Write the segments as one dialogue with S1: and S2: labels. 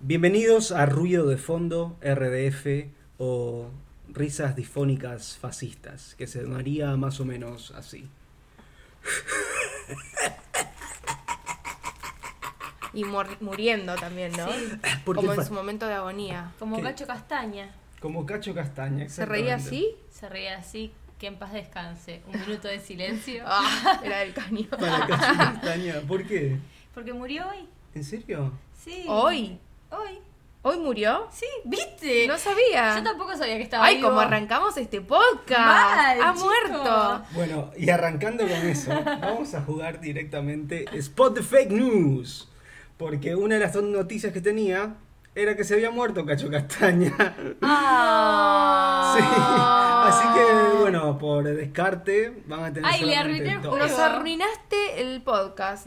S1: Bienvenidos a Ruido de Fondo, RDF o Risas Difónicas Fascistas, que se llamaría más o menos así.
S2: Y mor- muriendo también, ¿no?
S3: Sí,
S1: Ah, Porque
S2: Como
S1: fa-
S2: en su momento de agonía.
S3: como
S1: ¿Qué?
S3: Cacho Castaña.
S1: como Cacho Castaña.
S2: ¿Se reía
S1: exactamente.
S2: así?
S3: Se reía así, que en paz descanse. Un minuto de silencio.
S2: Ah, era del caño.
S1: Para Cacho Castaña, ¿por qué?
S3: Porque murió hoy.
S1: ¿En serio?
S3: Sí.
S2: ¿Hoy?
S3: Hoy.
S2: ¿Hoy murió?
S3: Sí, ¿viste?
S2: No sabía.
S3: Yo tampoco sabía que estaba
S2: Ay,
S3: vivo.
S2: como arrancamos este podcast.
S3: Mal,
S2: ha
S3: chico.
S2: muerto.
S1: Bueno, y arrancando con eso, vamos a jugar directamente Spot the Fake News. Porque una de las dos noticias que tenía era que se había muerto Cacho Castaña.
S3: Ah.
S1: Sí, así que bueno, por descarte van a tener
S3: Ay, le
S1: solamente
S3: arruiné el
S1: dos.
S2: Nos
S3: juego.
S2: arruinaste el podcast,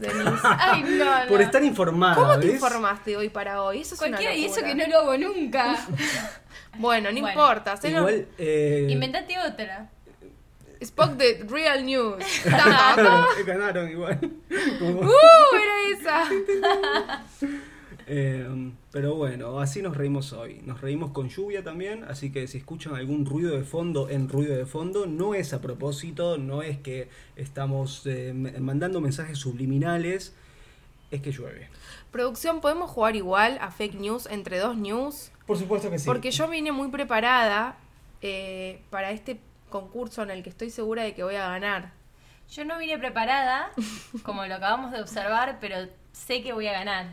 S2: Denise.
S3: Ay, no, no.
S1: Por estar informada,
S2: ¿Cómo te
S1: Ah, ¿ves?
S2: informaste hoy para hoy? Eso es una
S3: Cualquiera, y eso
S2: locura.
S3: que no lo hago nunca.
S2: Bueno, no
S3: Bueno.
S2: importa. Hacelo-
S1: Igual, eh,
S3: Inventate otra.
S2: Spock de Real News.
S1: ganaron,
S2: Tampoco.
S1: ganaron igual. Como-
S2: Ah. ¡Uh! Era esa.
S1: Eh, pero bueno, así nos reímos hoy. Nos reímos con lluvia también, así que si escuchan algún ruido de fondo en ruido de fondo, no es a propósito, no es que estamos eh, m- mandando mensajes subliminales, es que llueve.
S2: Producción, ¿podemos jugar igual a fake news entre dos news?
S1: Por supuesto que sí.
S2: Porque yo vine muy preparada eh, para este concurso en el que estoy segura de que voy a ganar.
S3: Yo no vine preparada, como lo acabamos de observar, pero sé que voy a ganar.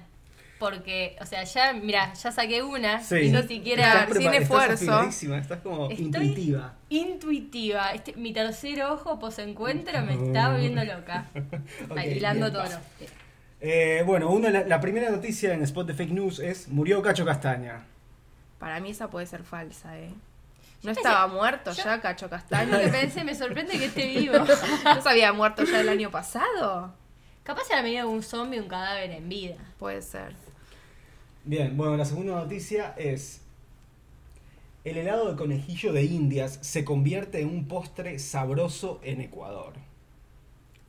S3: Porque, o sea, ya, mira, ya saqué una
S1: Sí.
S3: y ni siquiera
S1: Estás
S2: sin
S1: prepa-
S2: esfuerzo.
S1: Estás, afiladísima, estás como
S3: Estoy-
S1: intuitiva.
S3: intuitiva. Este, mi tercer ojo posencuentro me está volviendo loca.
S1: Ok,
S3: Ay, hilando
S1: bien,
S3: todo.
S1: pasa. Eh, bueno, uno, la, la primera noticia en Spot de Fake News es murió Cacho Castaña.
S2: Para mí esa puede ser falsa, ¿eh? No estaba muerto
S3: yo-
S2: ya, Cacho Castaño.
S3: Lo que pensé, me sorprende que esté vivo.
S2: ¿No se había muerto ya el año pasado?
S3: Capaz era medio un zombie, un cadáver en vida.
S2: Puede ser.
S1: Bien, bueno, la segunda noticia es el helado de conejillo de Indias se convierte en un postre sabroso en Ecuador.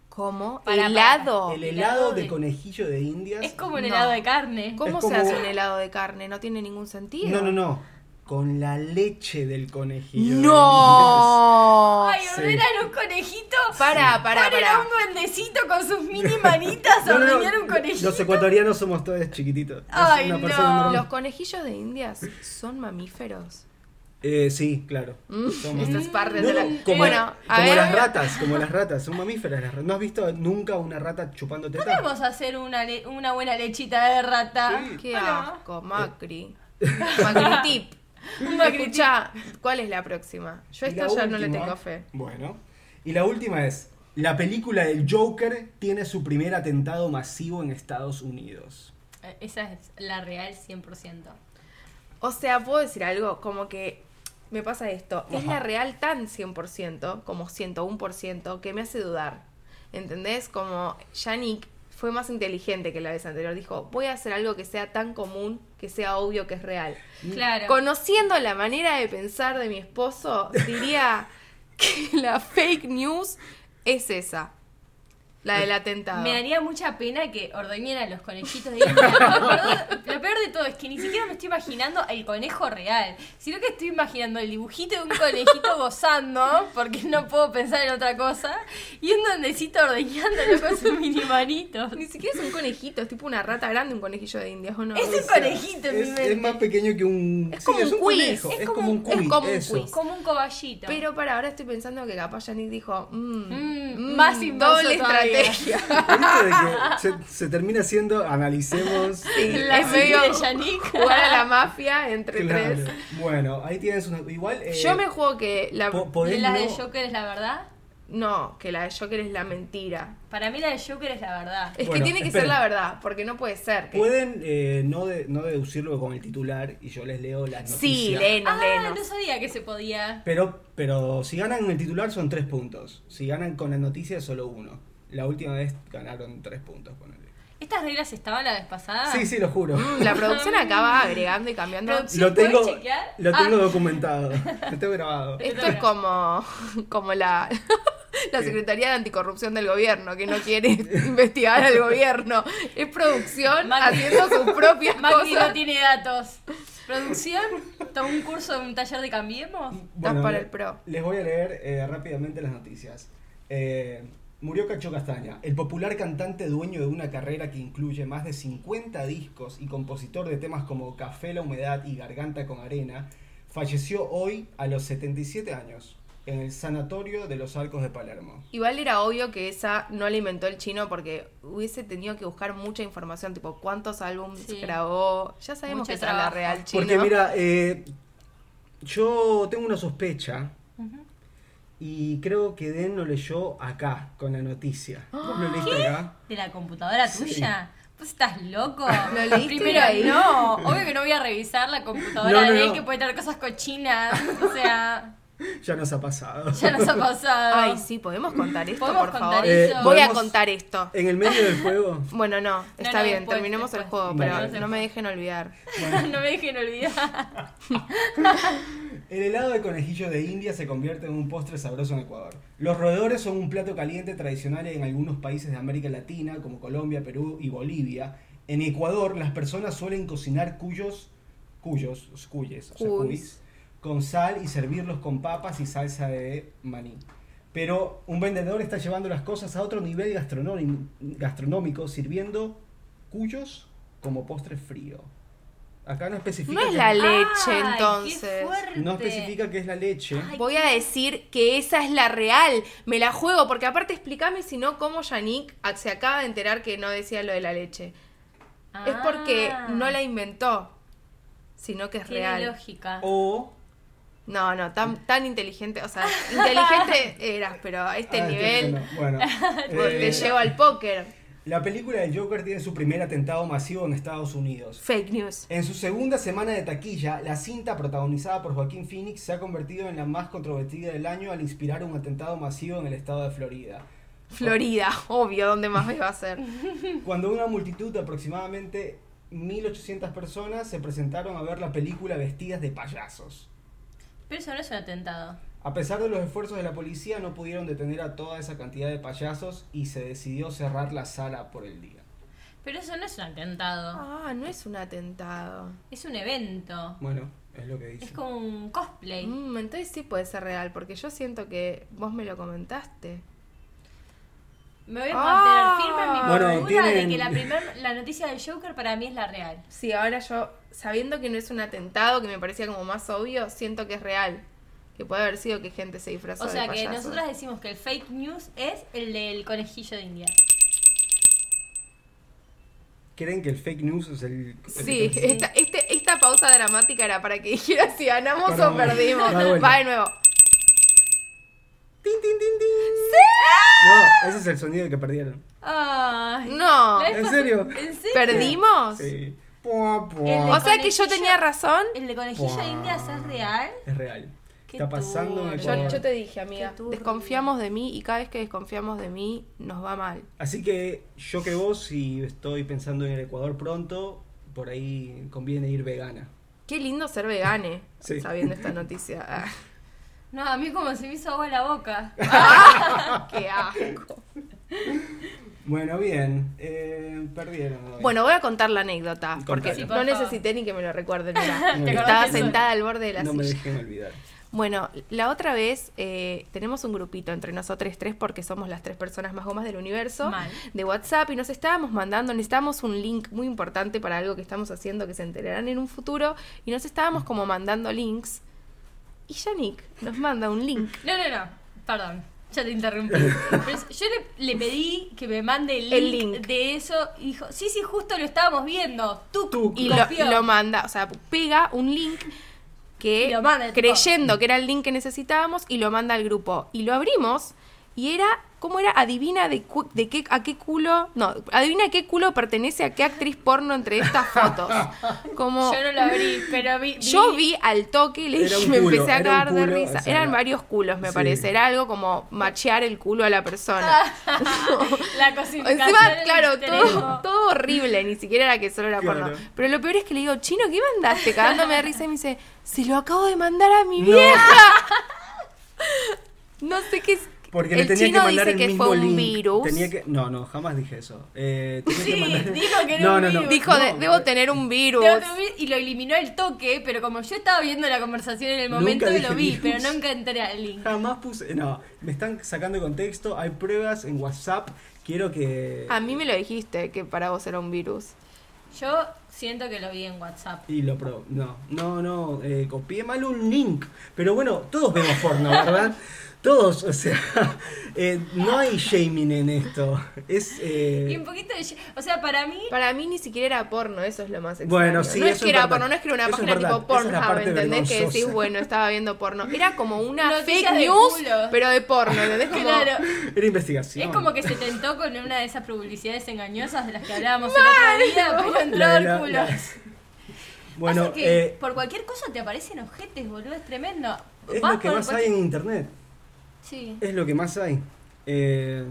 S2: ¿Cómo?
S3: Para, para.
S2: helado.
S1: el helado
S3: helado
S1: de
S3: de-
S1: conejillo de Indias.
S3: Oh, Es como un
S2: No.
S3: helado de carne.
S2: ¿Cómo
S1: es
S2: se
S1: como-
S2: hace un helado de carne? No tiene ningún sentido.
S1: No, no, no. Con la leche del conejillo. de Indias.
S2: ¡No!
S3: Ay,
S1: Sí.
S3: ordenan un conejito.
S2: Para, para,
S3: Ponen a
S2: para.
S3: un duendecito con sus mini manitas a
S1: No, no, no,
S3: un conejito.
S1: Los ecuatorianos somos todos chiquititos. Es
S3: Ay,
S1: una
S3: no.
S1: persona normal.
S2: Los conejillos de Indias son mamíferos.
S1: Eh, sí, claro. Somos-
S2: Esto es parte
S1: No,
S2: Mm. de la.
S1: no, como,
S2: bueno, a
S1: como
S2: ver.
S1: las ratas, como las ratas, son mamíferas las ratas. ¿No has visto nunca una rata chupando teta?
S3: Podemos hacer una, le- una buena lechita de rata.
S1: Sí.
S2: Qué
S3: ¿O no?
S2: asco, Macri.
S1: Eh.
S2: Macri tip. Escucha, ¿cuál es la próxima? Yo a
S1: Y la
S2: esta ya no le
S1: última-
S2: tengo fe.
S1: Bueno. Y la última es, la película del Joker tiene su primer atentado masivo en Estados Unidos.
S3: Eh, Esa es la real 100%.
S2: O sea, puedo decir algo, como que me pasa esto. Es
S1: Ajá.
S2: la real tan 100%, como 101%, que me hace dudar. ¿Entendés? Como Yannick fue más inteligente que la vez anterior. Dijo, voy a hacer algo que sea tan común, que sea obvio que es real.
S1: Mm.
S3: Claro.
S2: Conociendo la manera de pensar de mi esposo, diría que la fake news es esa. La del atentado.
S3: Me daría mucha pena que ordeñaran los conejitos de India. Lo peor- Lo peor de todo es que ni siquiera me estoy imaginando el conejo real, sino que estoy imaginando el dibujito de un conejito gozando, porque no puedo pensar en otra cosa, y un dondecito ordeñándolo con sus mini manitos.
S2: Ni siquiera es un conejito, es tipo una rata grande, un conejillo de indias, ¿o no?
S3: Es un conejito en mi
S1: Es,
S3: mente.
S1: es más pequeño que un...
S2: Es como un
S1: un
S2: quiz,
S1: conejo,
S2: es
S1: es
S2: como
S1: como un
S2: un- es
S1: quiz,
S2: como un
S1: eso.
S2: quiz.
S3: Como un coballito.
S2: Pero para ahora estoy pensando que capaz Yannick dijo, mm,
S3: Mm,
S2: mm,
S3: más inverso
S2: doble
S3: todavía.
S2: estrategia.
S1: Esto de que se, se termina siendo, analicemos...
S3: La
S2: es
S3: serie
S2: medio
S3: de Yannick.
S2: jugar a la mafia entre
S1: Claro.
S2: tres.
S1: Bueno, ahí tienes una... Igual... eh,
S2: Yo me juego que la
S1: po-
S3: ¿Y
S1: podés
S3: la Ah, de
S1: no-
S3: Joker es la verdad?
S2: no, que la de Joker es la mentira.
S3: Para mí la de Joker es la verdad.
S2: Es
S1: Bueno,
S2: que tiene que
S1: esperen.
S2: ser la verdad, porque no puede ser. que-
S1: Pueden eh, no, de- no deducirlo con el titular y yo les leo las noticias.
S2: Sí, léenos,
S3: Ah,
S2: léenos.
S3: no sabía que se podía.
S1: Pero, pero si ganan en el titular son tres puntos. Si ganan con la noticia es solo uno. La última vez ganaron tres puntos. ponele.
S3: ¿Estas reglas estaban la vez pasada?
S1: Sí, sí, lo juro.
S3: Ah.
S2: La producción acaba agregando y cambiando.
S3: Producción.
S1: lo
S3: ¿puedes
S1: tengo,
S3: chequear? Ah.
S1: lo tengo documentado. Lo tengo grabado.
S2: Esto es como, como la, la Secretaría de Anticorrupción del Gobierno, que no quiere investigar al gobierno. Es producción
S3: Magni-
S2: haciendo sus propias
S3: Magni no
S2: cosas.
S3: tiene datos. Producción, tomó un curso de un taller de Cambiemos.
S2: Estás Ah, para el pro.
S1: Les voy a leer eh, rápidamente las noticias. Eh, murió Cacho Castaña, el popular cantante dueño de una carrera que incluye más de 50 discos y compositor de temas como Café, la humedad y Garganta con arena, falleció hoy a los 77 años en el sanatorio de los Arcos de Palermo.
S2: Igual era obvio que esa no la inventó el chino porque hubiese tenido que buscar mucha información, tipo cuántos álbumes
S3: Sí.
S2: grabó. Ya sabemos
S3: Mucho
S2: que esa es la
S3: trabajo.
S2: real chino.
S1: Porque mira, eh, yo tengo una sospecha y creo que Den lo leyó acá con la noticia.
S2: ¡Ah!
S1: ¿Vos lo leíste acá?
S3: ¿De la computadora
S1: Sí.
S3: tuya? ¿Vos estás loco?
S2: ¿Lo leíste
S3: Primero,
S2: ahí?
S3: no. Obvio que no voy a revisar la computadora
S1: No, no,
S3: de él
S1: no.
S3: que puede tener cosas cochinas. O sea,
S1: Ya nos ha pasado.
S3: ya nos ha pasado.
S2: Ay, sí, podemos contar esto,
S3: ¿Podemos
S2: por
S3: contar
S2: favor.
S1: Eh,
S3: eso?
S2: Voy a
S1: ¿Podemos-
S2: contar esto.
S1: En el medio del juego.
S2: Bueno, no, está
S3: no,
S2: bien,
S3: después,
S2: terminemos el
S3: después.
S2: juego,
S1: Vale,
S2: pero
S1: después.
S2: no me dejen olvidar.
S3: no me dejen olvidar.
S1: El helado de conejillo de India se convierte en un postre sabroso en Ecuador. Los roedores son un plato caliente tradicional en algunos países de América Latina, como Colombia, Perú y Bolivia. En Ecuador, las personas suelen cocinar cuyos, cuyos, os cuyes, o sea,
S2: Cuyes.
S1: cuyes, con sal y servirlos con papas y salsa de maní. Pero un vendedor está llevando las cosas a otro nivel gastronómico, gastronómico sirviendo cuyos como postre frío. Acá no especifica.
S2: No es
S1: que-
S2: la
S3: Ay,
S2: leche,
S3: qué
S2: entonces.
S3: fuerte.
S1: no especifica qué es la leche.
S3: Ay,
S2: Voy a decir que esa es la real. Me la juego, porque aparte explícame si no cómo Yannick a- se acaba de enterar que no decía lo de la leche. Es porque
S3: Ah,
S2: no la inventó, sino que es
S3: Tiene
S2: real.
S3: lógica.
S1: O
S2: No, no, tan, tan inteligente, o sea, inteligente eras, pero a este
S1: Ah,
S2: nivel
S1: no, Bueno,
S2: pues,
S1: eh,
S2: te llevo al póker.
S1: La película del Joker tiene su primer atentado masivo en Estados Unidos.
S2: Fake news.
S1: En su segunda semana de taquilla, la cinta protagonizada por Joaquín Phoenix se ha convertido en la más controvertida del año al inspirar un atentado masivo en el estado de Florida.
S2: Florida, obvio, ¿dónde más me va a ser?
S1: Cuando una multitud de aproximadamente 1800 personas se presentaron a ver la película vestidas de payasos.
S3: Pero eso no es un atentado.
S1: A pesar de los esfuerzos de la policía, no pudieron detener a toda esa cantidad de payasos y se decidió cerrar la sala por el día.
S3: Pero eso no es un atentado.
S2: Ah, no es un atentado.
S3: Es un evento.
S1: Bueno, es lo que dice.
S3: Es como un cosplay.
S2: Mm, entonces sí puede ser real, porque yo siento que vos me lo comentaste.
S3: Me voy a
S2: Ah.
S3: mantener firme en mi
S1: Bueno,
S3: postura
S1: tienen-
S3: de que la, primer, la noticia del Joker para mí es la real.
S2: Sí, ahora yo, sabiendo que no es un atentado, que me parecía como más obvio, siento que es real. Que puede haber sido que gente se disfrazó
S3: O sea
S2: de
S3: que
S2: payaso.
S3: nosotras decimos que el fake news es el del conejillo de India.
S1: ¿Creen que el fake news es el... el
S2: Sí,
S1: que-
S2: esta, este- esta pausa dramática era para que dijera si ganamos
S1: Para-
S2: o perdimos.
S1: Da vuelta.
S2: Va de nuevo.
S1: ¡Tin, tin, tin, tin! ¡Sí! No, ese es el sonido que perdieron.
S3: Ay.
S2: No,
S3: La-
S1: ¿En serio?
S3: ¿En serio?
S2: perdimos.
S1: Sí. Pua,
S3: Oh, El
S2: O
S1: pua.
S3: de-
S2: sea que yo tenía razón.
S3: ¿El de conejillo de India es real?
S1: Es real.
S3: Qué
S1: Está pasando en
S3: turbio.
S2: Yo,
S1: Ecuador.
S2: yo te dije, amiga,
S3: Qué turbio.
S2: desconfiamos de mí y cada vez que desconfiamos de mí nos va mal.
S1: Así que yo que vos, si estoy pensando en el Ecuador pronto, por ahí conviene ir vegana.
S2: Qué lindo ser vegane,
S1: Sí.
S2: sabiendo esta noticia. Ah,
S3: No, a mí como se me hizo agua la boca.
S2: Ah, Qué asco.
S1: Bueno, bien. Eh, perdieron. hoy.
S2: Bueno, voy a contar la anécdota, porque
S1: Sí,
S3: por
S2: no
S3: favor.
S2: necesité ni que me lo recuerden. mirá.
S1: Muy bien.
S2: Estaba
S3: Acordate eso.
S2: sentada al borde de la
S1: no me
S2: silla.
S1: dejen olvidar.
S2: Bueno, la otra vez eh, tenemos un grupito entre nosotros tres porque somos las tres personas más gomas del universo
S3: Mal.
S2: de WhatsApp y nos estábamos mandando, necesitábamos un link muy importante para algo que estamos haciendo que se enterarán en un futuro y nos
S1: Mm.
S2: estábamos como mandando links y Yannick nos manda un link.
S3: No, no, no. Perdón. Ya te interrumpí. Pero es- yo le, le pedí que me mande el link,
S2: El link.
S3: de eso y dijo, sí, sí, justo lo estábamos viendo. Tú,
S1: Tuc.
S2: Y
S3: y
S2: lo,
S3: copió.
S2: lo manda, o sea, pega un link
S3: Y
S2: que
S3: lo manda, tipo.
S2: creyendo que era el link que necesitábamos y lo manda al grupo. Y lo abrimos y era, ¿cómo era? Adivina de, cu- de qué, a qué culo, no, adivina qué culo pertenece a qué actriz porno entre estas fotos. Como
S3: Yo no lo abrí, pero vi. vi-
S2: yo vi al toque y le
S1: Era un
S2: dije- me
S1: culo,
S2: empecé a
S1: era un
S2: cagar de
S1: culo,
S2: risa.
S1: o sea,
S2: Eran
S1: era-
S2: varios culos, me
S1: Sí.
S2: parece. Era algo como machear el culo a la persona.
S3: la cocina.
S2: Encima, claro, todo, todo horrible, ni siquiera era que solo era
S1: Claro.
S2: porno. Pero lo peor es que le digo, Chino, ¿qué mandaste? Cagándome de risa y me dice, se lo acabo de mandar a mi
S1: No.
S2: vieja. No sé qué es-
S1: Porque le
S2: El
S1: tenía
S2: chino
S1: que mandar
S2: dice
S1: el
S2: que
S1: mismo
S2: fue un
S1: link.
S2: virus.
S1: Tenía que... No, no, jamás dije eso. Eh, tenía que
S3: Sí,
S1: mandar-
S3: dijo que era
S1: no, no,
S3: un
S1: no.
S3: virus.
S2: Dijo, de-
S1: No,
S2: debo tener un virus.
S3: Tengo que ver- Y lo eliminó el toque, pero como yo estaba viendo la conversación en el
S1: Nunca
S3: momento,
S1: dije
S3: lo vi,
S1: virus.
S3: pero nunca entré al link.
S1: Jamás puse... No, me están sacando de contexto. Hay pruebas en WhatsApp. Quiero que...
S2: A mí me lo dijiste, que para vos era un virus.
S3: Yo siento que lo vi en WhatsApp.
S1: Y lo pro... No, no, no. eh, copié mal un link. Pero bueno, todos vemos porno, ¿verdad? Todos, o sea... eh, no hay shaming en esto. Es... eh,
S3: Y un poquito de... O sea, para mí...
S2: Para mí ni siquiera era porno, eso es lo más extraño.
S1: Bueno, sí,
S2: no es
S1: eso
S2: que
S1: es
S2: era
S1: verdad.
S2: porno, no es que era una
S1: Eso es
S2: página
S1: verdad.
S2: tipo
S1: Esa es la
S2: Pornhub,
S1: parte
S2: ¿entendés? Que decís,
S1: vergonzosa.
S2: bueno, estaba viendo porno. Era como una
S3: Noticias
S2: fake
S3: de
S2: news,
S3: culos.
S2: pero de porno, ¿entendés? Como,
S3: Claro.
S1: Era investigación.
S3: Es como que se tentó con una de esas publicidades engañosas de las que hablábamos el otro día, pero entró
S1: La-
S3: al
S1: la-
S3: culo.
S1: la- Bueno,
S3: Pasa que
S1: eh,
S3: por cualquier cosa te aparecen ojetes, boludo, es tremendo.
S1: es
S3: Vas
S1: lo que
S3: por
S1: más hay
S3: cualquier-
S1: en internet.
S3: Sí.
S1: Es lo que más hay. Eh,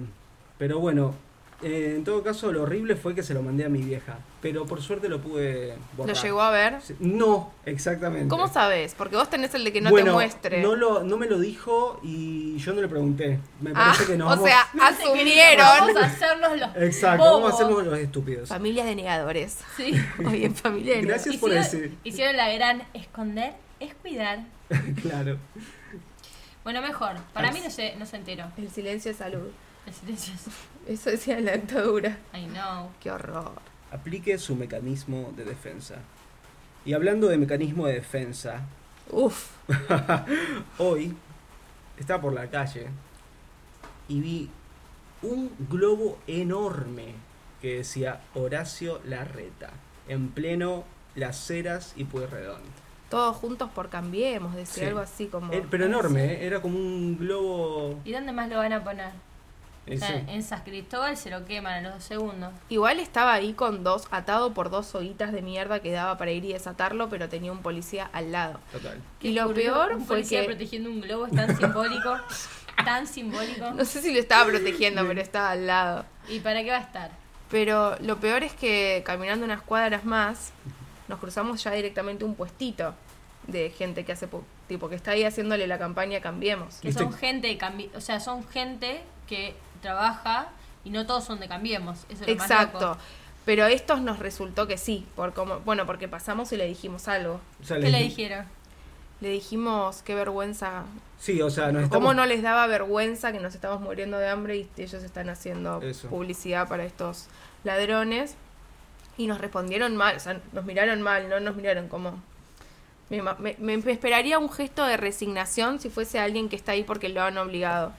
S1: pero bueno, eh, en todo caso, lo horrible fue que se lo mandé a mi vieja. Pero por suerte lo pude
S2: ¿Lo
S1: borrar.
S2: llegó a ver?
S1: Sí, No, exactamente.
S2: ¿Cómo sabes? Porque vos tenés el de que no
S1: Bueno,
S2: te muestre.
S1: No, lo, no me lo dijo y yo no le pregunté. Me
S2: Ah,
S1: parece que no.
S2: o sea,
S3: Vamos
S2: asumieron.
S3: a hacernos los
S1: Exacto, vamos a
S3: bobos.
S1: hacernos los estúpidos.
S2: Familias de negadores.
S3: Sí.
S2: Oye, familia de
S1: Gracias por ese.
S3: Hicieron la gran esconder es cuidar.
S1: claro.
S3: Bueno, mejor. Para
S1: Ah,
S3: mí no se, no se enteró.
S2: El silencio es salud.
S3: El silencio es-
S2: Eso decía la dictadura.
S3: I know.
S2: Qué horror.
S1: Aplique su mecanismo de defensa. Y hablando de mecanismo de defensa,
S2: Uf.
S1: Hoy estaba por la calle y vi un globo enorme que decía Horacio Larreta, en pleno Las Heras y Pueyrredón.
S2: Todos juntos por cambiemos, decía
S1: Sí.
S2: algo así como.
S1: Eh, Pero enorme, ¿eh? era como un globo...
S3: ¿Y dónde más lo van a poner?
S1: eh, sí.
S3: Ah, En San Cristóbal se lo queman a los dos segundos.
S2: Igual estaba ahí con dos, atado por dos soguitas de mierda que daba para ir y desatarlo, pero tenía un policía al lado.
S1: Total.
S2: y lo
S3: Curioso,
S2: peor
S3: un
S2: fue
S3: policía
S2: que.
S3: protegiendo un globo es tan simbólico. tan simbólico.
S2: No sé si lo estaba protegiendo, pero estaba al lado.
S3: ¿Y para qué va a estar?
S2: Pero lo peor es que caminando unas cuadras más, nos cruzamos ya directamente un puestito de gente que hace pu- tipo que está ahí haciéndole la campaña Cambiemos.
S3: Que
S1: Viste-
S3: son gente de cambi- o sea, son gente que trabaja y no todos son de cambiemos. Eso es lo más
S2: Exacto.
S3: loco.
S2: Pero estos nos resultó que sí, por como, bueno, porque pasamos y le dijimos algo.
S1: O sea,
S3: ¿Qué le dijeron?
S2: Le dijimos qué vergüenza,
S1: Sí, o sea, nos
S2: cómo
S1: estamos...
S2: no les daba vergüenza que nos estamos muriendo de hambre y ellos están haciendo
S1: Eso.
S2: publicidad para estos ladrones. Y nos respondieron mal, o sea, nos miraron mal, no nos miraron como... Me, ma- me- me esperaría un gesto de resignación si fuese alguien que está ahí porque lo han obligado.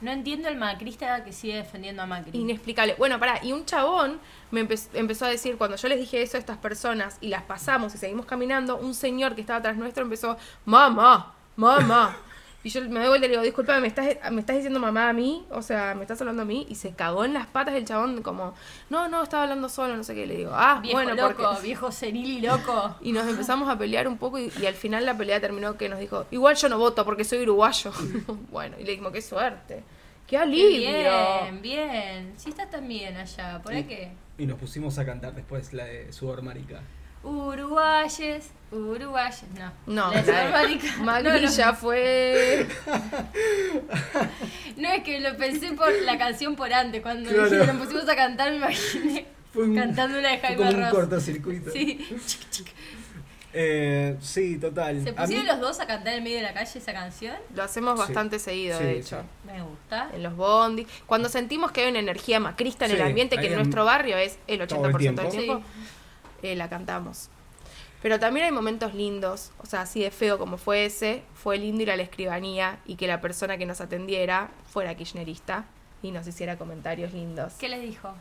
S3: No entiendo el macrista que sigue defendiendo a Macri.
S2: Inexplicable. Bueno, pará, y un chabón me empe- empezó a decir, cuando yo les dije eso a estas personas y las pasamos y seguimos caminando, un señor que estaba atrás nuestro empezó, mamá, mamá. Y yo me doy vuelta y le digo, disculpa, ¿me estás, ¿me estás diciendo mamá a mí? O sea, ¿me estás hablando a mí? Y se cagó en las patas el chabón como, no, no, estaba hablando solo, no sé qué. Le digo, ah,
S3: viejo
S2: bueno,
S3: loco,
S2: porque...
S3: viejo senil y loco.
S2: Y nos empezamos a pelear un poco y, y al final la pelea terminó que nos dijo, igual yo no voto porque soy uruguayo. bueno, y le dijimos, qué suerte. Qué alivio.
S3: Bien, bien. Si está tan bien allá, ¿por
S1: Y-
S3: ahí qué?
S1: Y nos pusimos a cantar después la de Sudor Marica.
S3: Uruguayes, uruguayes. No.
S2: No, la
S3: La de
S2: de
S3: Marica.
S2: Magri
S3: No, no.
S2: ya fue.
S3: No, es que lo pensé por la canción por antes. Cuando
S1: Claro.
S3: dije, nos pusimos a cantar, me imaginé
S1: Fue un-
S3: cantando una de
S1: Fue
S3: Jaime
S1: como un
S3: Ross.
S1: cortocircuito.
S3: Sí.
S1: Eh, sí, total.
S3: ¿Se
S1: A mí-
S3: pusieron los dos a cantar en medio de la calle esa canción?
S2: Lo hacemos
S1: Sí.
S2: bastante seguido,
S1: Sí,
S2: de hecho.
S1: sí.
S3: Me gusta.
S2: En los bondis. Cuando sentimos que hay una energía macrista en
S1: Sí,
S2: el ambiente, que
S1: ahí
S2: en
S1: en-
S2: nuestro barrio es el 80%
S1: todo el
S2: del
S1: tiempo.
S2: tiempo, eh, la cantamos. Pero también hay momentos lindos, o sea, así de feo como fue ese, fue lindo ir a la escribanía y que la persona que nos atendiera fuera kirchnerista y nos hiciera comentarios lindos.
S3: ¿Qué les dijo?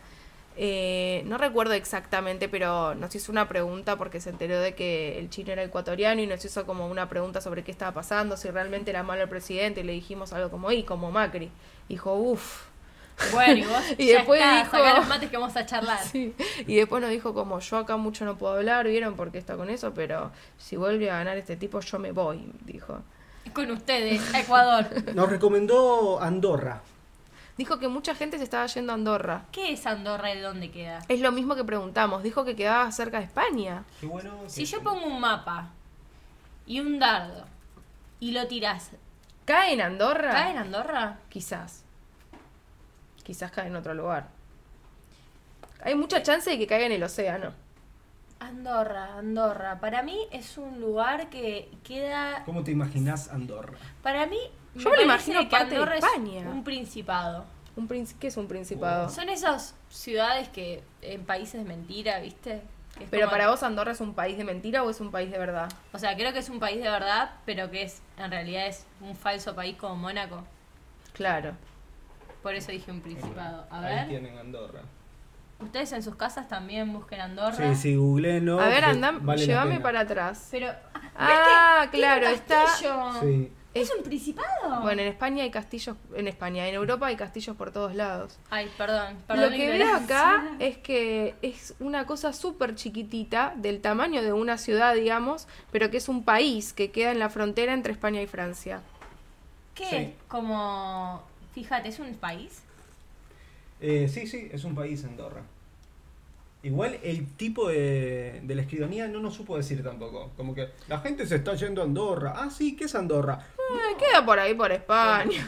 S2: Eh, no recuerdo exactamente, pero nos hizo una pregunta porque se enteró de que el chino era ecuatoriano y nos hizo como una pregunta sobre qué estaba pasando, si realmente era malo el presidente, y le dijimos algo como, y como Macri. Dijo, uff.
S3: Bueno, y vos.
S2: Y
S3: ya
S2: después
S3: está,
S2: dijo-
S3: sacá los mates que vamos a charlar.
S2: Y después nos dijo como, yo acá mucho no puedo hablar, vieron porque está con eso, pero si vuelve a ganar este tipo, yo me voy, dijo.
S3: Con ustedes, a Ecuador.
S1: Nos recomendó Andorra.
S2: Dijo que mucha gente se estaba yendo a Andorra.
S3: ¿Qué es Andorra y dónde queda?
S2: Es lo mismo que preguntamos, dijo que quedaba cerca de España.
S1: Qué bueno.
S3: Si
S1: que-
S3: yo pongo un mapa y un dardo y lo tirás,
S2: ¿Cae en Andorra?
S3: ¿cae en Andorra?
S2: Quizás. quizás cae en otro lugar. Hay mucha chance de que caiga en el océano.
S3: Andorra, Andorra. Para mí es un lugar que queda.
S1: ¿Cómo te imaginas Andorra?
S3: Para mí.
S2: Yo me lo
S3: parece
S2: imagino
S3: que
S2: parte de
S3: Andorra es
S2: España.
S3: un principado.
S2: Un princi- ¿Qué es un principado?
S3: Son esas ciudades que en países mentira, ¿viste? Que es
S2: Pero
S3: como-
S2: para vos Andorra es un país de mentira o es un país de verdad?
S3: O sea, creo que es un país de verdad, pero que es en realidad es un falso país como Mónaco.
S2: Claro.
S3: Por eso dije un principado. A
S1: Ahí
S3: ver,
S1: tienen Andorra.
S3: ustedes en sus casas también busquen
S1: Sí,
S3: Andorra.
S1: sí, googleenlo.
S2: A ver,
S1: que
S2: andá,
S1: vale la
S2: llévame
S1: pena.
S2: para atrás.
S3: Pero.
S2: Ah,
S3: ¿ves que tiene
S2: claro,
S3: un
S2: está-
S3: castillo?
S1: Sí.
S3: ¿Es un principado?
S2: Bueno, en España hay castillos, en España, en Europa hay castillos por todos lados.
S3: Ay, perdón. perdón
S2: Lo
S3: la
S2: que veo
S3: ignorancia.
S2: acá es que es una cosa súper chiquitita, del tamaño de una ciudad, digamos, pero que es un país que queda en la frontera entre España y Francia.
S3: ¿Qué?
S1: Sí.
S3: Como. Fíjate, ¿es un país?
S1: Eh, sí, sí, es un país Andorra. Igual el tipo de, de la escribanía no nos supo decir tampoco. Como que la gente se está yendo a Andorra. Ah, sí, ¿qué es Andorra?
S2: Eh, queda por ahí, por España.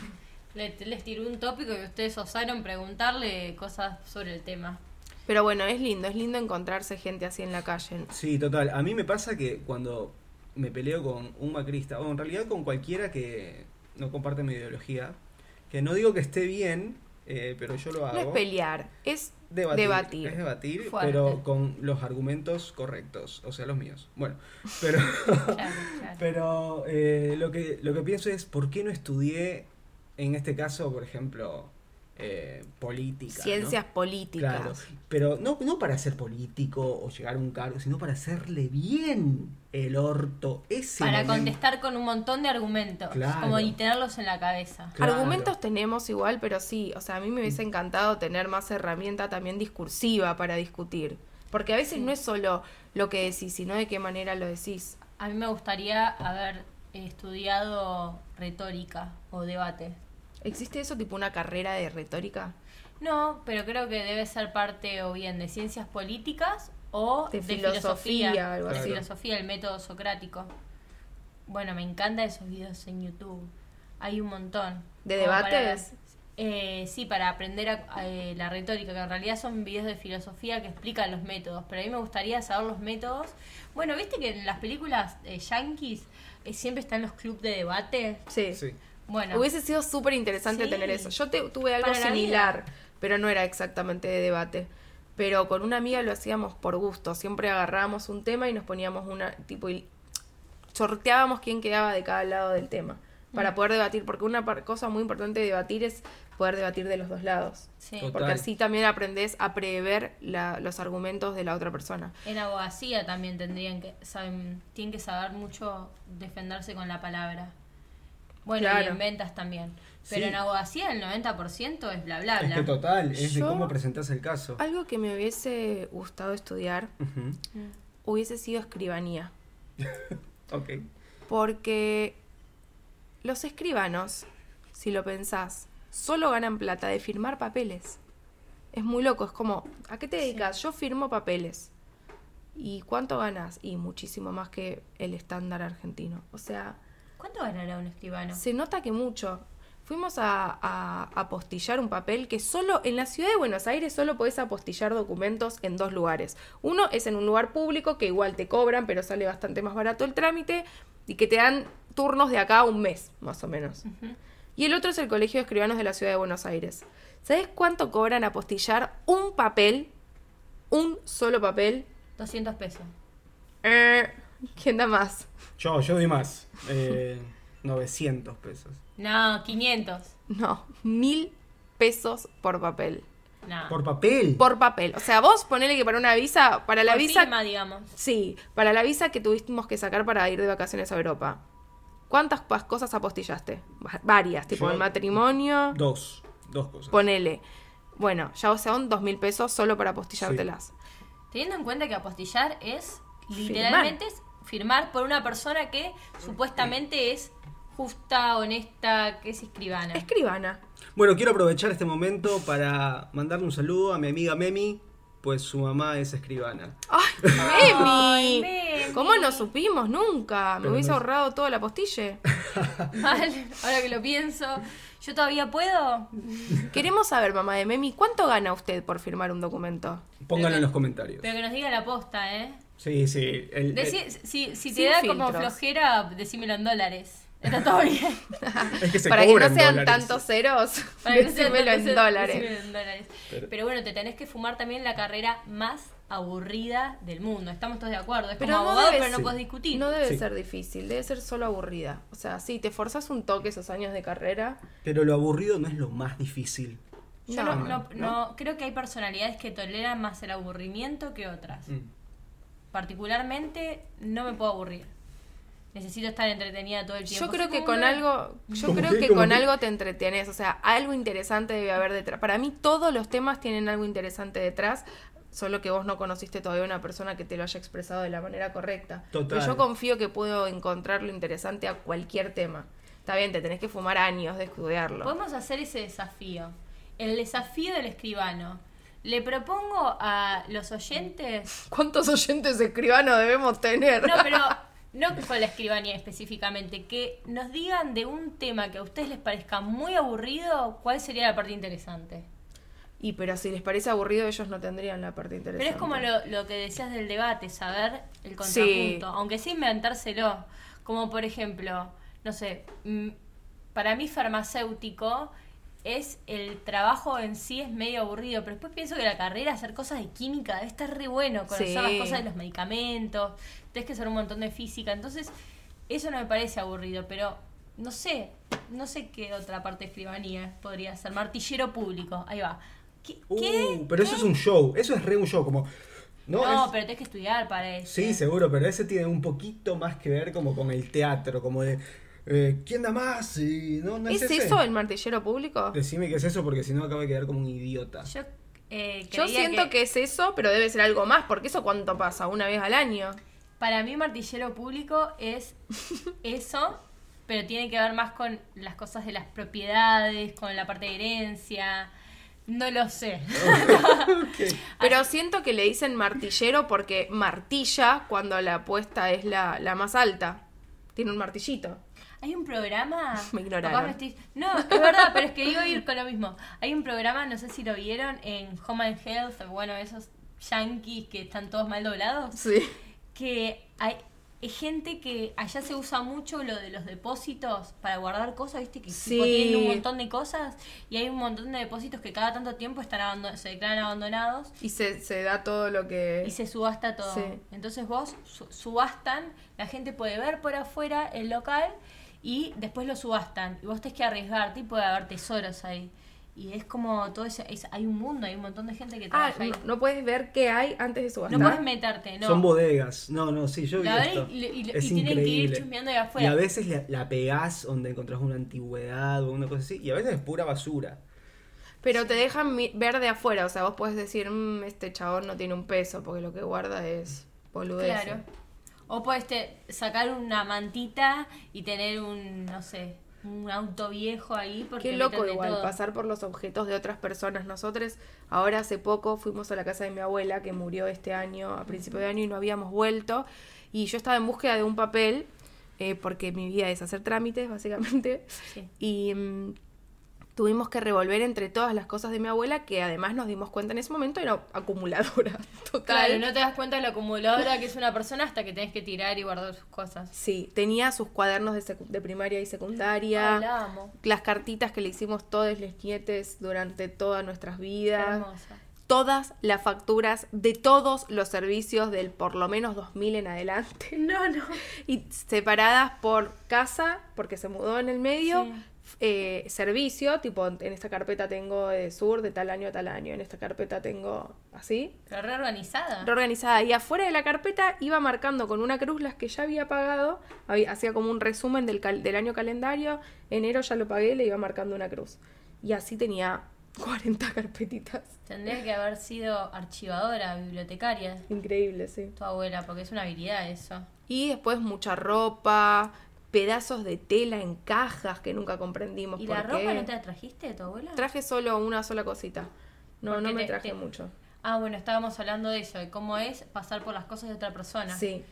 S3: Le- les tiré un tópico y ustedes osaron preguntarle cosas sobre el tema.
S2: Pero bueno, es lindo, es lindo encontrarse gente así en la calle.
S1: Sí, total. A mí me pasa que cuando me peleo con un macrista, o en realidad con cualquiera que no comparte mi ideología, que no digo que esté bien, eh, pero yo lo hago.
S2: No es pelear, es
S1: Debatir.
S2: Debatir.
S1: Es debatir,
S3: Fuerte.
S1: pero con los argumentos correctos, o sea, los míos. Bueno, pero...
S3: Claro, claro.
S1: Pero eh, lo, que, lo que pienso es, ¿por qué no estudié, en este caso, por ejemplo, eh, política? ¿no?
S2: ciencias políticas.
S1: Claro, pero no, no para ser político o llegar a un cargo, sino para hacerle bien el orto ese
S3: Para
S1: momento.
S3: contestar con un montón de argumentos.
S1: Claro.
S3: Como y tenerlos en la cabeza.
S1: Claro. Mm.
S2: Argumentos tenemos igual, pero sí, o sea, a mí me hubiese encantado tener más herramienta también discursiva para discutir. Porque a veces no es solo lo que decís, sino de qué manera lo decís.
S3: A mí me gustaría haber estudiado retórica o debate.
S2: ¿Existe eso tipo una carrera de retórica?
S3: No, pero creo que debe ser parte o bien de ciencias políticas o
S2: De
S3: de,
S2: filosofía,
S3: filosofía.
S2: algo
S1: así.
S3: De filosofía, el método socrático. Bueno, me encantan esos videos en YouTube. Hay un montón.
S2: ¿De
S3: Como para-
S2: debates?
S3: eh, sí, para aprender a- a, eh, la retórica, que en realidad son videos de filosofía que explican los métodos. Pero a mí me gustaría saber los métodos. Bueno, viste que en las películas eh, yankees eh, siempre están los clubes de debate.
S2: Sí.
S1: Sí.
S3: Bueno,
S2: Hubiese sido súper interesante
S3: Sí.
S2: tener eso. Yo te- tuve algo
S3: Para la
S2: similar, pero no era exactamente de debate. Pero con una amiga lo hacíamos por gusto. Siempre agarrábamos un tema y nos poníamos una, tipo, y sorteábamos quién quedaba de cada lado del tema.
S3: Mm.
S2: Para poder debatir, porque una par- cosa muy importante de debatir es poder debatir de los dos lados.
S3: sí.
S1: Total.
S2: Porque así también aprendes a prever la- los argumentos de la otra persona.
S3: En abogacía también tendrían que saben, tienen que saber mucho defenderse con la palabra. Bueno, y
S2: Claro.
S3: en ventas también. Pero
S1: Sí.
S3: en abogacía el 90% es bla bla
S1: Es
S3: bla.
S1: que total, es
S2: Yo-
S1: de cómo presentás el caso.
S2: Algo que me hubiese gustado estudiar
S1: Ujú,
S2: hubiese sido escribanía.
S1: Ok.
S2: Porque los escribanos, si lo pensás, solo ganan plata de firmar papeles. Es muy loco, es como, ¿a qué te dedicas? Yo firmo papeles. ¿Y cuánto ganas? Y muchísimo más que el estándar argentino. O sea,
S3: ¿Cuánto ganará un escribano?
S2: se nota que mucho. Fuimos a, a apostillar un papel que solo en la ciudad de Buenos Aires solo podés apostillar documentos en dos lugares. Uno es en un lugar público que igual te cobran, pero sale bastante más barato el trámite y que te dan turnos de acá a un mes, más o menos. Y el otro es el Colegio de Escribanos de la Ciudad de Buenos Aires. ¿Sabes cuánto cobran apostillar un papel? Un solo papel.
S3: 200 pesos.
S2: Eh, ¿Quién da más?
S1: Yo, yo doy más. Eh, 900 pesos.
S3: No, 500.
S2: No, mil pesos por papel.
S3: No.
S2: Ah.
S1: Por papel.
S2: por papel. O sea, vos ponele que para una visa, para la
S3: Por
S2: visa.
S3: firma, digamos.
S2: Sí, para la visa que tuvimos que sacar para ir de vacaciones a Europa. ¿Cuántas pas- cosas apostillaste? Va- Varias, tipo
S1: Yo-
S2: el matrimonio.
S1: Dos. Dos cosas.
S2: Ponele. Bueno, ya o sea, son dos mil pesos solo para apostillártelas.
S3: Teniendo en cuenta que apostillar es literalmente es firmar por una persona que supuestamente es justa, honesta, que es escribana.
S2: Escribana.
S1: Bueno, quiero aprovechar este momento para mandarle un saludo a mi amiga Memi, pues su mamá es escribana.
S2: ¡Ay, Memi!
S3: Memi.
S2: ¿Cómo no supimos nunca? Me
S1: Pero
S2: hubiese
S1: no-
S2: ahorrado todo el apostille.
S3: Mal, ahora que lo pienso. ¿Yo todavía puedo?
S2: Queremos saber, mamá de Memi, ¿cuánto gana usted por firmar un documento?
S1: Pónganlo en los comentarios.
S3: Pero eh, que nos diga la posta, ¿eh?
S1: Sí, sí. el-
S3: Decí-
S1: el-
S3: si, si te
S2: Sin
S3: da como
S2: filtros.
S3: flojera, decímelo en dólares. Está todo bien.
S1: es que se
S2: Para que no
S1: cobran
S2: sean
S1: dólares.
S2: tantos ceros,
S3: Para que no sea
S2: decímelo
S3: tanto
S2: en
S3: ser-
S2: dólares.
S3: decímelo en dólares.
S1: Pero-
S3: Pero, bueno, te tenés que fumar también la carrera más aburrida del mundo. Estamos todos de acuerdo. Es
S2: Pero
S3: como
S2: no
S3: abogado,
S2: debes-
S3: pero no
S1: Sí.
S3: podés discutir.
S2: No debe
S1: Sí.
S2: ser difícil, debe ser solo aburrida. O sea, sí, te forzás un toque esos años de carrera.
S1: Pero lo aburrido no es lo más difícil.
S3: Yo no,
S2: No,
S3: no- no- creo que hay personalidades que toleran más el aburrimiento que otras.
S2: Mm.
S3: Particularmente, no me puedo aburrir. Necesito estar entretenida todo el tiempo.
S2: Yo
S3: Soy
S2: creo que
S3: como
S2: con
S3: una-
S2: algo, yo
S1: ¿Cómo
S2: creo
S1: qué?
S2: que
S1: ¿Cómo
S2: con
S1: qué?
S2: algo te entretienes, o sea, algo interesante debe haber detrás. Para mí todos los temas tienen algo interesante detrás, solo que vos no conociste todavía una persona que te lo haya expresado de la manera correcta.
S1: Total.
S2: Pero yo confío que puedo encontrar lo interesante a cualquier tema. Está bien, te tenés que fumar años de estudiarlo.
S3: Podemos hacer ese desafío. El desafío del escribano. Le propongo a los oyentes
S2: ¿Cuántos oyentes escribanos debemos tener?
S3: No, pero no con la escribanía específicamente, que nos digan de un tema que a ustedes les parezca muy aburrido, cuál sería la parte interesante.
S2: Y pero si les parece aburrido, ellos no tendrían la parte
S3: Pero
S2: interesante.
S3: es como lo, lo que decías del debate, saber el contrapunto,
S2: Sí.
S3: aunque sí inventárselo. Como por ejemplo, no sé, mm, para mí farmacéutico es el trabajo en sí es medio aburrido, pero después pienso que la carrera, hacer cosas de química, debe estar re bueno, conocer
S2: Sí.
S3: las cosas de los medicamentos, tenés que saber un montón de física, entonces eso no me parece aburrido, pero no sé, no sé qué otra parte de escribanía podría ser, martillero público, ahí va. ¿Qué?
S1: Uh,
S3: qué?
S1: pero eso es un show, eso es re un show, como... No,
S3: No,
S1: es-
S3: pero tenés que estudiar para eso.
S1: Sí, seguro, pero ese tiene un poquito más que ver como con el teatro, como de... eh, ¿Quién da más? Y no, no es,
S2: ¿Es
S1: ese.
S2: eso el martillero público?
S1: Decime que es eso porque si no acaba de quedar como un idiota.
S3: Yo, eh,
S2: Yo
S3: creía
S2: siento que... es eso, pero debe ser algo más, porque eso cuánto pasa, una vez al año.
S3: Para mí, martillero público es eso, pero tiene que ver más con las cosas de las propiedades, con la parte de herencia. No lo sé.
S1: Ok.
S2: Pero siento que le dicen martillero porque martilla cuando la apuesta es la, la más alta. Tiene un martillito.
S3: Hay un programa.
S2: Me ignoraron.
S3: Capaz me estoy- No, es verdad, pero es que iba a ir con lo mismo. Hay un programa, no sé si lo vieron, en Home and Health, bueno, esos yankees que están todos mal doblados.
S2: Sí.
S3: que hay es gente que allá se usa mucho lo de los depósitos para guardar cosas, viste que tipo,
S2: Sí.
S3: tienen un montón de cosas y hay un montón de depósitos que cada tanto tiempo están abando- se declaran abandonados
S2: Y se, se da todo lo que...
S3: y se subasta todo.
S2: Sí.
S3: Entonces vos su- subastan, la gente puede ver por afuera el local y después lo subastan y vos tenés que arriesgarte y puede haber tesoros ahí. Y es como todo ese, es- hay un mundo, hay un montón de gente que
S2: Ah,
S3: trabaja ahí.
S2: no, no puedes ver qué hay antes de subastar.
S3: No puedes meterte, no.
S1: Son bodegas. No, no, sí, yo vi
S3: La abren
S1: esto.
S3: y- y- y
S1: es
S3: tienen que ir
S1: increíble.
S3: chusmeando de afuera.
S1: Y a veces la, la pegás donde encontrás una antigüedad o una cosa así. Y a veces es pura basura.
S2: Pero te dejan mi- ver de afuera, o sea, vos podés decir, "Mm, este chabón no tiene un peso, porque lo que guarda es boludez.
S3: Claro. O puedes te- sacar una mantita y tener un, no sé, un auto viejo ahí. Porque
S2: Qué
S3: meten
S2: loco
S3: de
S2: igual,
S3: todo.
S2: pasar por los objetos de otras personas. Nosotros ahora hace poco fuimos a la casa de mi abuela, que murió este año, a principio de año, y no habíamos vuelto. Y yo estaba en búsqueda de un papel, eh, porque mi vida es hacer trámites, básicamente.
S3: Sí.
S2: Y mm, tuvimos que revolver entre todas las cosas de mi abuela, que además nos dimos cuenta en ese momento era acumuladora total.
S3: Claro, no te das cuenta de la acumuladora que es una persona hasta que tenés que tirar y guardar sus cosas.
S2: Sí, tenía sus cuadernos de, secu- de primaria y secundaria.
S3: Ay, Ah, la amo.
S2: Las cartitas que le hicimos todos los nietes durante todas nuestras
S3: Qué
S2: vidas.
S3: hermosa.
S2: todas las facturas de todos los servicios del por lo menos 2000 en adelante. No, no. Y separadas por casa, porque se mudó en el medio.
S3: Sí.
S2: eh, servicio, tipo en esta carpeta tengo de sur de tal año a tal año, en esta carpeta tengo así,
S3: Pero
S2: Ah.
S3: reorganizada.
S2: reorganizada. Y afuera de la carpeta iba marcando con una cruz las que ya había pagado, había- hacía como un resumen del, cal- del año calendario, enero ya lo pagué, le iba marcando una cruz. Y así tenía 40 carpetitas.
S3: Tendría que haber sido archivadora, bibliotecaria,
S2: Increíble, sí.
S3: tu abuela, porque es una habilidad eso.
S2: Y después mucha ropa, pedazos de tela en cajas que nunca comprendimos
S3: ¿Y
S2: por
S3: la ropa
S2: qué.
S3: no te la trajiste de tu abuela?
S2: Traje solo una sola cosita. No,
S3: Porque
S2: no me
S3: te-
S2: traje
S3: te-
S2: mucho.
S3: ah, bueno, estábamos hablando de eso, de cómo es pasar por las cosas de otra persona.
S2: Sí.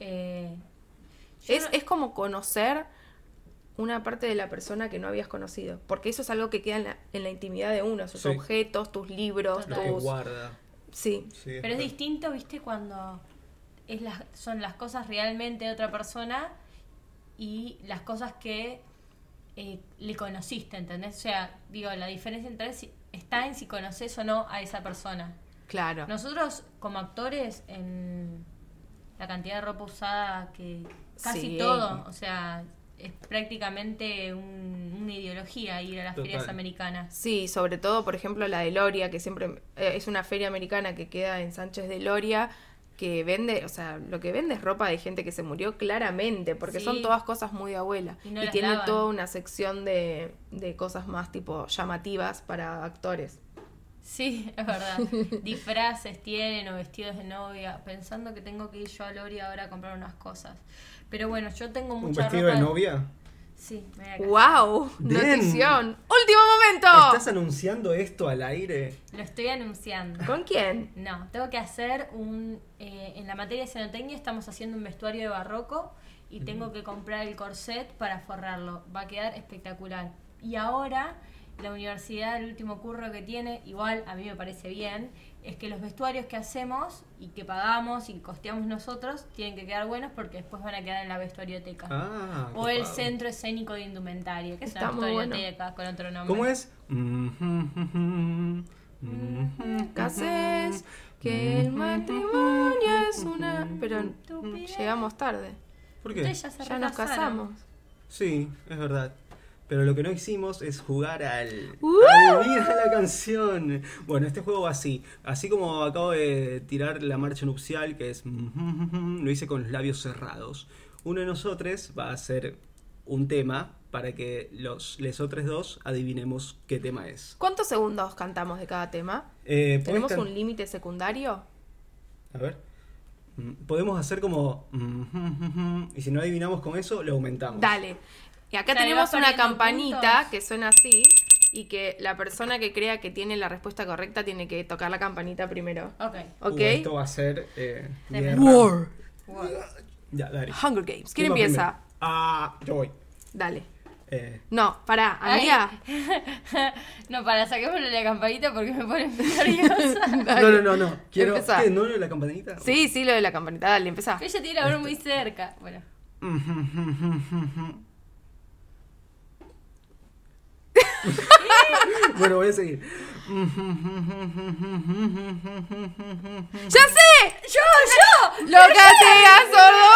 S3: Eh, yo
S2: Es,
S3: no-
S2: es como conocer una parte de la persona que no habías conocido. Porque eso es algo que queda en la, en la intimidad de uno, sus
S1: Sí.
S2: objetos, tus libros,
S1: Lo que
S2: tus...
S1: guarda.
S2: Sí,
S1: Sí,
S3: Pero es
S1: verdad.
S3: distinto, viste, cuando es las, son las cosas realmente de otra persona y las cosas que eh, le conociste, ¿entendés? O sea, digo, la diferencia entre si- está en si conoces o no a esa persona.
S2: claro.
S3: Nosotros, como actores, en la cantidad de ropa usada que casi
S2: Sí.
S3: todo, o sea, es prácticamente un- una ideología ir a las
S1: Total.
S3: ferias americanas.
S2: Sí, sobre todo, por ejemplo, la de Loria, que siempre eh, es una feria americana que queda en Sánchez de Loria, que vende, o sea, lo que vende es ropa de gente que se murió claramente, porque
S3: Sí.
S2: son todas cosas muy de abuela.
S3: Y
S2: Y,
S3: no las
S2: tiene
S3: lavan.
S2: toda una sección de, de cosas más tipo llamativas para actores.
S3: Sí, es verdad. Disfraces tienen o vestidos de novia. Pensando que tengo que ir yo a Lori ahora a comprar unas cosas. Pero bueno, yo tengo
S1: ¿Un
S3: mucha
S1: vestido
S3: ropa.
S1: de novia?
S3: Sí, me voy a casar.
S2: ¡Wow!
S1: Bien.
S2: ¡Notición! ¡Último momento!
S1: ¿Estás anunciando esto al aire?
S3: Lo estoy anunciando.
S2: ¿Con quién?
S3: No, tengo que hacer un. eh, en la materia de cenotecnia estamos haciendo un vestuario de barroco y tengo que comprar el corset para forrarlo. Va a quedar espectacular. Y ahora, la universidad, el último curro que tiene, igual a mí me parece bien, es que los vestuarios que hacemos y que pagamos y que costeamos nosotros tienen que quedar buenos porque después van a quedar en la vestuarioteca.
S1: Ah,
S3: o el
S1: copado.
S3: Centro Escénico de Indumentaria, que es
S2: Está
S3: una
S2: muy bueno.
S3: vestuarioteca con otro nombre.
S1: ¿Cómo es? Mm, ¿Qué mm.
S3: Mm.
S2: ¿Qué haces? Que el matrimonio es una... Pero llegamos tarde.
S1: ¿Por qué?
S3: Ustedes ya, se
S2: Ya nos
S3: recasaron.
S2: casamos.
S1: Sí, es verdad. Pero lo que no hicimos es jugar al...
S2: ¡Uh!
S1: ¡Adivina la canción! Bueno, este juego va así. Así como acabo de tirar la marcha nupcial, que es... Lo hice con los labios cerrados. Uno de nosotros va a hacer un tema para que los les otros dos adivinemos qué tema es.
S2: ¿Cuántos segundos cantamos de cada tema?
S1: Eh, ¿podés
S2: ¿Tenemos
S1: can-
S2: un límite secundario?
S1: A ver. Mm, Podemos hacer como... Y si no adivinamos con eso, lo aumentamos.
S2: Dale. Y acá
S3: O sea, le vas
S2: tenemos una
S3: poniendo
S2: campanita
S3: puntos.
S2: que suena así y que la persona que crea que tiene la respuesta correcta tiene que tocar la campanita primero.
S3: Ok.
S1: Uh,
S2: ¿Ok?
S1: esto va a ser... Eh, guerra.
S2: War.
S1: Ya, dale.
S2: Hunger Games. Pues, ¿Quién
S1: va
S2: empieza?
S1: primero? Ah, yo voy.
S2: Dale.
S1: Eh,
S2: No, pará,
S3: Ay.
S2: amiga.
S3: No, para, saquémosle la campanita porque me pone nerviosa.
S1: no, no, no, no. Quiero.
S2: Empezá.
S1: ¿Qué? ¿No lo de la campanita?
S2: Sí, sí, lo de la campanita, dale, empezá.
S3: Ella tiene ahora muy cerca. Bueno.
S1: Bueno, voy a seguir.
S2: ¡Ya sé!
S3: ¡Yo, yo!
S2: ¡Lo que hacía sordo!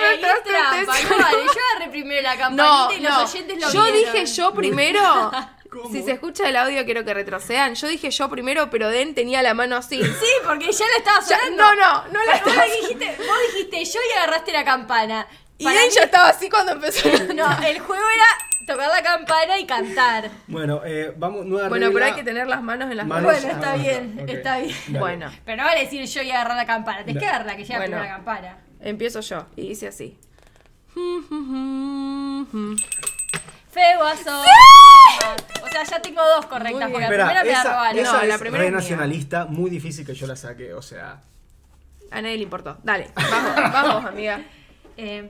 S3: Ey, es trampa, no vale. Yo agarré primero la campanita
S2: No,
S3: y
S2: no.
S3: los oyentes lo
S2: yo
S3: vieron.
S2: dije yo primero.
S1: ¿Cómo?
S2: Si se escucha el audio quiero que retrocedan. Yo dije yo primero, pero Den tenía la mano así.
S3: Sí, porque ya la estaba
S2: Ya-
S3: sonando.
S2: no, no, no la
S3: Pero vos,
S2: estaba.
S3: le dijiste, vos dijiste yo y agarraste la campana.
S2: Y
S3: Para
S2: Den ya estaba así cuando empezó.
S3: mí- No, el juego era tocar la campana y cantar.
S1: Bueno, eh, vamos, nueva
S2: Bueno, pero
S1: regla.
S2: hay que tener las manos en las
S1: Manos
S2: manos.
S3: Bueno, está
S1: abajo.
S3: bien,
S1: Ok,
S3: está bien.
S1: dale.
S2: Bueno,
S3: Pero no vale decir yo y agarrar la campana. Tenés que
S1: No.
S3: agarrar la que llega
S2: Bueno.
S3: primero la campana.
S2: empiezo yo. Y hice así.
S3: Feo guaso. O sea, ya tengo dos correctas,
S2: Muy bien.
S3: porque la
S1: Espera,
S3: primera me la
S1: esa,
S3: robaron.
S1: esa
S2: No,
S1: es
S2: la primera es
S1: re
S2: mía.
S1: nacionalista, muy difícil que yo la saque, o sea.
S2: A nadie le importó. Dale, vamos, vamos, amiga.
S3: Eh.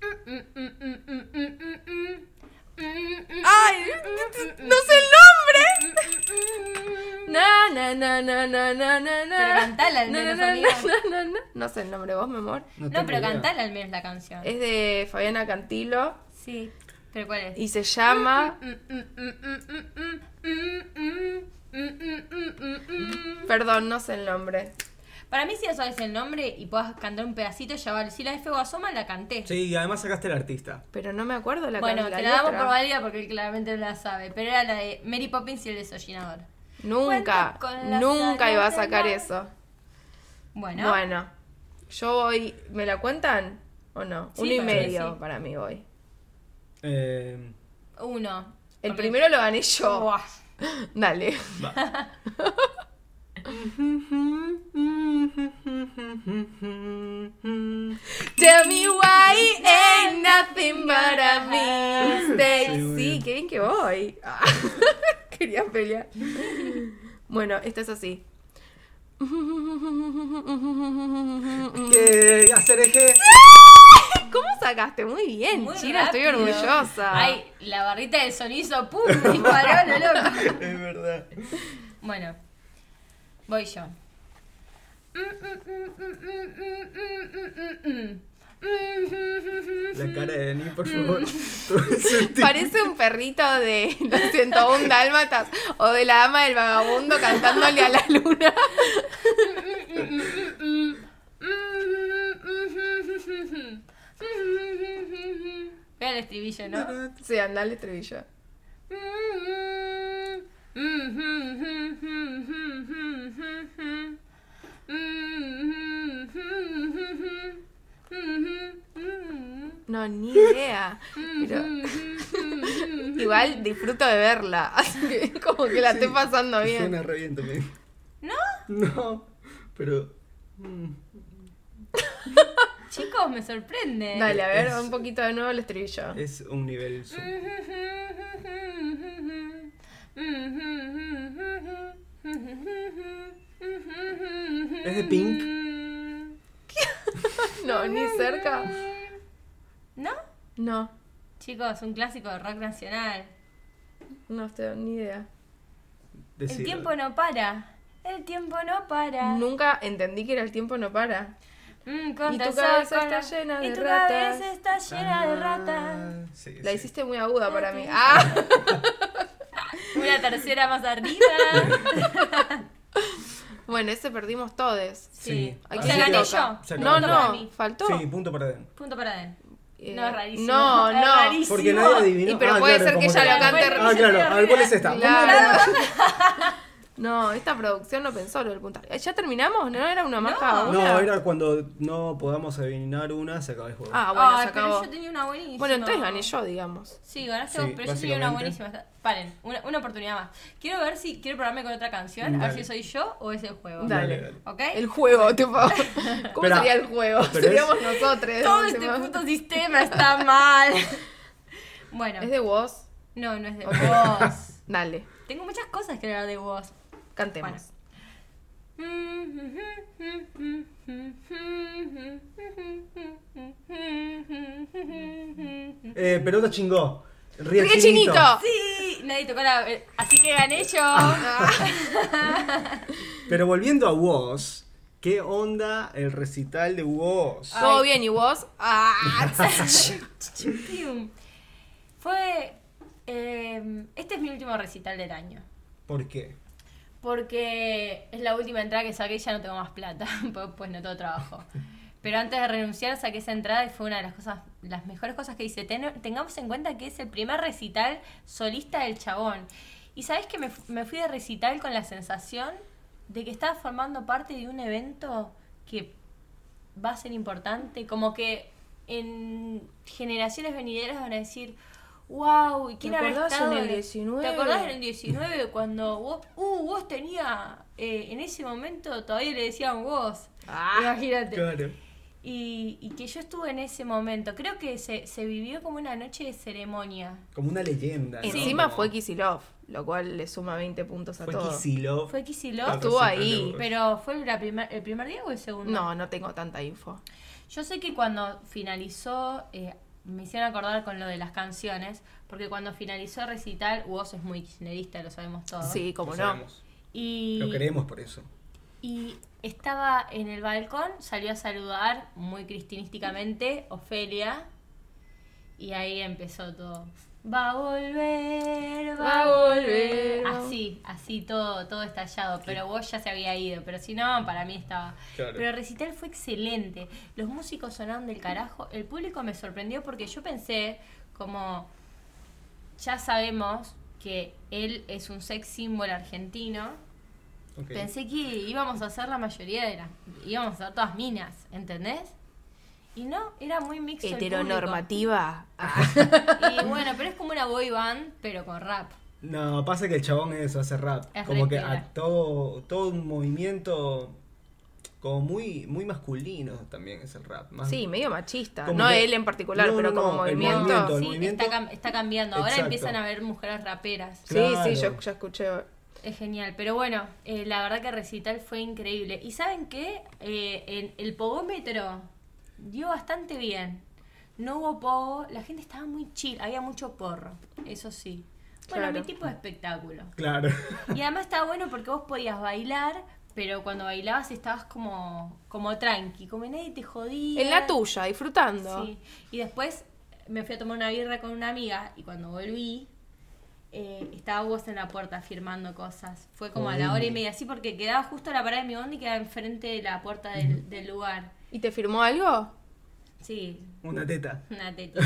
S2: ¡Ay! ¡No sé el nombre! Na, na, na, na, na, na, na, na.
S3: Pero cantala al
S2: Na,
S3: menos,
S2: na, na,
S3: amiga.
S2: na, na, na. No sé el nombre vos, mi amor.
S3: No,
S1: tengo
S3: pero
S1: idea.
S3: cantala al menos la canción.
S2: Es de Fabiana Cantilo
S3: Sí. ¿Pero cuál es?
S2: y se llama. Perdón, no sé el nombre.
S3: Para mí, si ya sabes el nombre y puedas cantar un pedacito, ya vale. Si la de Feo asoma, la canté.
S1: Sí, y además sacaste el artista.
S2: Pero no me acuerdo la
S3: Bueno,
S2: can- la
S3: te la damos
S2: letra.
S3: por válida porque él claramente no la sabe. Pero era la de Mary Poppins y el desollinador.
S2: Nunca,
S3: Cuenta con la
S2: nunca iba a
S3: sala de
S2: sacar
S3: mar.
S2: eso.
S3: Bueno.
S2: Bueno, yo voy. ¿Me la cuentan o no?
S3: Sí,
S2: Uno y
S3: para mí
S2: medio
S3: sí.
S2: para mí voy.
S1: Eh,
S3: Uno.
S2: El
S3: Porque-
S2: primero lo gané yo.
S3: Buah.
S2: Dale.
S1: va.
S2: Tell me why ain't nothing but a mistake.
S1: Sí,
S2: Sí,
S1: muy bien.
S2: qué bien que voy. Ah, Quería pelear. Bueno, esto es así.
S1: ¿Qué hacer es que
S2: ¿Cómo sacaste muy bien,
S3: Muy
S2: China, estoy
S3: rápido.
S2: orgullosa.
S3: Ay, la barrita de sonido, ¡pum! Disparó la loca.
S1: Es verdad.
S3: Bueno, voy yo.
S1: La cara de Denis,
S2: Mm.
S1: por favor. Todo el sentido.
S2: Parece un perrito de los 101 dálmatas o de la dama del vagabundo cantándole a la luna.
S3: Vean el estribillo, ¿no?
S2: Sí, anda al estribillo. No, ni idea. Pero igual disfruto de verla. Así que como que la estoy pasando bien.
S1: Suena re bien también.
S3: ¿No?
S1: No, pero. mm,
S3: Chicos, me sorprende.
S2: Dale, a ver,
S1: Es-
S2: un poquito de nuevo el estribillo.
S1: Es un nivel. sub-
S3: Es
S1: de Pink.
S2: No, ni cerca.
S3: ¿No?
S2: No,
S3: Chicos, un clásico de rock nacional.
S2: no tengo ni idea.
S1: decirlo.
S3: El tiempo no para. El tiempo no para.
S2: Nunca entendí que era el tiempo no para.
S3: Mm, con
S2: Y tu
S3: razón,
S2: cabeza
S3: con
S2: está
S3: la-
S2: llena
S3: y
S2: de
S3: tu
S2: ratas.
S3: cabeza está llena de ratas.
S1: Ah, sí,
S2: La
S1: sí.
S2: hiciste muy aguda para mí. Ah,
S3: Una tercera más arriba.
S2: bueno, ese perdimos todos.
S1: Sí.
S2: Ay,
S3: O
S2: ¿qué
S3: sea,
S2: le toca?
S3: gané yo.
S1: Ah, Se acabó.
S2: No,
S3: Punto para
S2: no,
S3: mí.
S2: faltó.
S1: Sí, punto para Den.
S3: Punto para él.
S2: Eh,
S3: No, es rarísimo.
S2: No,
S3: Es
S2: no.
S3: rarísimo.
S1: Porque nadie adivinó. Ah,
S2: Y pero puede ser que
S1: como
S2: ella
S1: que-
S2: lo cante
S1: Ah,
S3: re-
S1: claro. A ver, ¿cuál es esta?
S2: Claro. No, esta producción no pensó lo del puntaje. Eh, ¿Ya terminamos? ¿No era una más cada
S1: No,
S2: una?
S1: era cuando no podamos adivinar una, se acaba el juego.
S2: Ah, bueno,
S3: Ay,
S2: se
S3: pero
S2: acabó.
S3: yo tenía una buenísima.
S2: Bueno, entonces gané yo, digamos.
S3: Sí, ganaste
S1: Sí,
S3: vos, pero yo tenía una
S1: básicamente.
S3: buenísima. Está- Paren, una, una oportunidad más. Quiero ver si quiero probarme con otra canción, a ver
S1: Dale.
S3: si soy yo o es el juego.
S2: Dale.
S3: ¿Ok?
S2: El juego, tipo. ¿Cómo
S1: Espera,
S2: sería el juego?
S1: pero
S2: Seríamos nosotros.
S3: Todo
S2: ¿no?
S3: este
S2: Tipo,
S3: puto sistema está mal. Bueno,
S2: ¿Es de vos?
S3: no, no es de
S2: Ok.
S3: vos.
S2: Dale,
S3: Tengo muchas cosas que hablar de vos.
S2: cantemos.
S3: Bueno.
S1: Eh, pelota chingó. Ríe,
S2: ¡Sigue chinito!
S3: Sí, nadie tocó la. eh, Así que gané yo.
S1: Pero volviendo a vos, ¿qué onda el recital de vos?
S3: Ah.
S2: Todo
S3: Ay.
S2: bien, ¿y vos? Ah,
S3: Pium. Fue. eh, este es mi último recital del año.
S1: ¿Por qué?
S3: Porque es la última entrada que saqué y ya no tengo más plata. pues- pues no todo trabajo. Pero antes de renunciar saqué esa entrada y fue una de las cosas, las mejores cosas que hice. Ten- tengamos en cuenta que es el primer recital solista del chabón. Y sabes que me, fu- me fui de recital con la sensación de que estaba formando parte de un evento que va a ser importante. Como que en generaciones venideras van a decir, wow, ¿y quién habrá
S2: acordás
S3: estado
S2: en el
S3: la-
S2: 19?
S3: ¿Te acordás en el 19 cuando vos, uh, vos tenía, eh, en ese momento todavía le decían vos?
S2: ah.
S3: Imagínate.
S1: Claro.
S3: Y, y que yo estuve en ese momento. Creo que se, se vivió como una noche de ceremonia.
S1: Como una leyenda. ¿no?
S2: Encima
S1: Como-
S2: fue Kisilov, lo cual le suma 20 puntos a
S1: Fue
S2: todo.
S1: Kicillof.
S3: Fue
S1: Ah,
S3: Kicillof,
S2: Estuvo
S1: recital
S2: ahí,
S1: de vos.
S3: pero ¿fue la primer- el primer día o el segundo?
S2: No, no tengo tanta info.
S3: Yo sé que cuando finalizó, eh, me hicieron acordar con lo de las canciones, porque cuando finalizó el recital, vos es muy kirchnerista, lo sabemos todos.
S2: Sí, como
S1: Lo
S2: no.
S1: sabemos.
S3: Y,
S1: Lo queremos por eso.
S3: Y estaba en el balcón, salió a saludar muy cristinísticamente Ofelia. Y ahí empezó todo. Va a volver, va a volver. Así, así todo, todo estallado. Pero vos ya se había ido. Pero si no, para mí estaba.
S1: Claro.
S3: Pero el recital fue excelente. Los músicos sonaron del carajo. El público me sorprendió porque yo pensé, como ya sabemos que él es un sex símbolo argentino.
S1: Ok.
S3: Pensé que íbamos a hacer la mayoría de las. íbamos a hacer todas minas, ¿entendés? Y no, era muy mixto. el
S2: Heteronormativa. Ah.
S3: público. Y bueno, pero es como una boy band, pero con rap.
S1: No, pasa que el chabón es hace rap.
S3: Es
S1: como que
S3: reptila.
S1: a todo, todo un movimiento como muy, muy masculino también es el rap. Más,
S2: Ah, Sí, medio machista.
S1: Como
S2: No
S1: que-
S2: él en particular,
S1: No,
S2: pero
S1: no,
S2: como
S1: no, el
S2: movimiento.
S1: movimiento. el
S3: sí, está, cam- está cambiando. Ahora
S1: Exacto.
S3: empiezan a haber mujeres raperas.
S2: Sí,
S1: Claro.
S2: sí, yo ya escuché.
S3: Es genial, pero bueno, eh, la verdad que el recital fue increíble. ¿Y saben qué? Eh, en- el pogómetro dio bastante bien. No hubo pogo, la gente estaba muy chill, había mucho porro, eso sí. Bueno,
S2: Claro.
S3: mi tipo de espectáculo.
S1: Claro.
S3: Y además estaba bueno porque vos podías bailar, pero cuando bailabas estabas como, como tranqui, como que nadie te jodía.
S2: En la tuya, disfrutando.
S3: Sí. Y después me fui a tomar una birra con una amiga y cuando volví eh, estaba vos en la puerta firmando cosas. Fue como a la hora y media así porque quedaba justo a la parada de mi bondi y quedaba enfrente de la puerta del, del lugar.
S2: ¿Y te firmó algo?
S3: Sí,
S1: Una teta.
S3: una teta.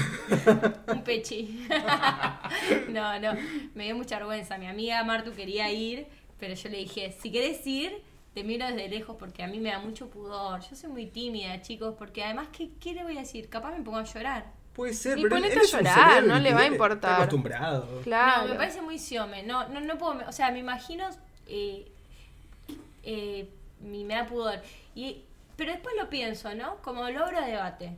S3: Un pechi. no, no. Me dio mucha vergüenza. Mi amiga Martu quería ir, pero yo le dije, si querés ir, te miro desde lejos porque a mí me da mucho pudor. Yo soy muy tímida, chicos, porque además, ¿qué, qué le voy a decir? Capaz me pongo a llorar.
S1: Puede ser,
S2: Y
S1: pero él- él
S2: ponete a
S1: es un
S2: llorar,
S1: celebrity,
S2: no le va a
S1: él
S2: importar.
S1: Está acostumbrado.
S2: Claro.
S3: No, me parece muy siome. No, no, no puedo. O sea, me imagino. Eh, eh, mi- me da pudor. Y, pero después lo pienso, ¿no? Como lo abro a debate.